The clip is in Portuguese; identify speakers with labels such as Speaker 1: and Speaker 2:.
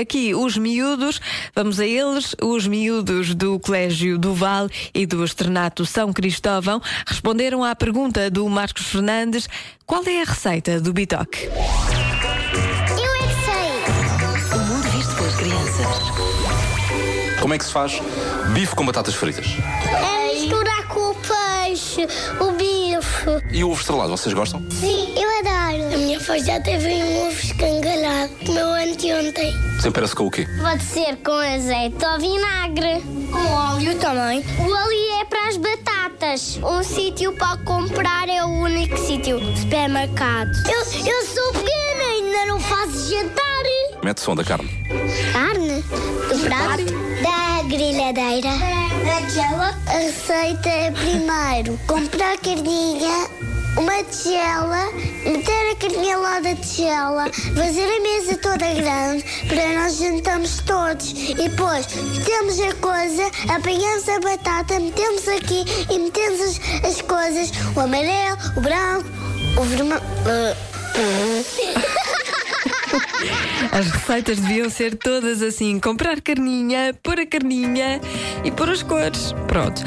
Speaker 1: Aqui, os miúdos, vamos a eles, os miúdos do Colégio do Val e do Externato São Cristóvão responderam à pergunta do Marcos Fernandes: qual é a receita do Bitoque?
Speaker 2: Eu é que sei!
Speaker 3: O mundo visto pelas crianças.
Speaker 4: Como é que se faz bife com batatas fritas?
Speaker 2: É misturar com o peixe, o bife.
Speaker 4: E o ovo estrelado, vocês gostam?
Speaker 2: Sim, eu adoro. A minha avó já teve um ovo escangalhado, meu anteontem.
Speaker 4: Tempera-se com o quê?
Speaker 2: Pode ser com azeite ou vinagre. Com óleo também. O óleo é para as batatas. Um sítio para comprar é o único sítio, supermercado. Eu, eu sou pequena, ainda não faço jantar.
Speaker 4: Mete som da carne.
Speaker 2: Carne? Do prato? Da grelhadeira. Daquela? A receita é primeiro comprar a carninha, uma tigela, meter a carninha lá da tigela, fazer a mesa toda grande para nós jantamos todos. E depois metemos a coisa, apanhamos a batata, metemos aqui e metemos as, as coisas, o amarelo, o branco, o eh, vermelho.
Speaker 1: As receitas deviam ser todas assim: comprar carninha, pôr a carninha e pôr as cores. Pronto.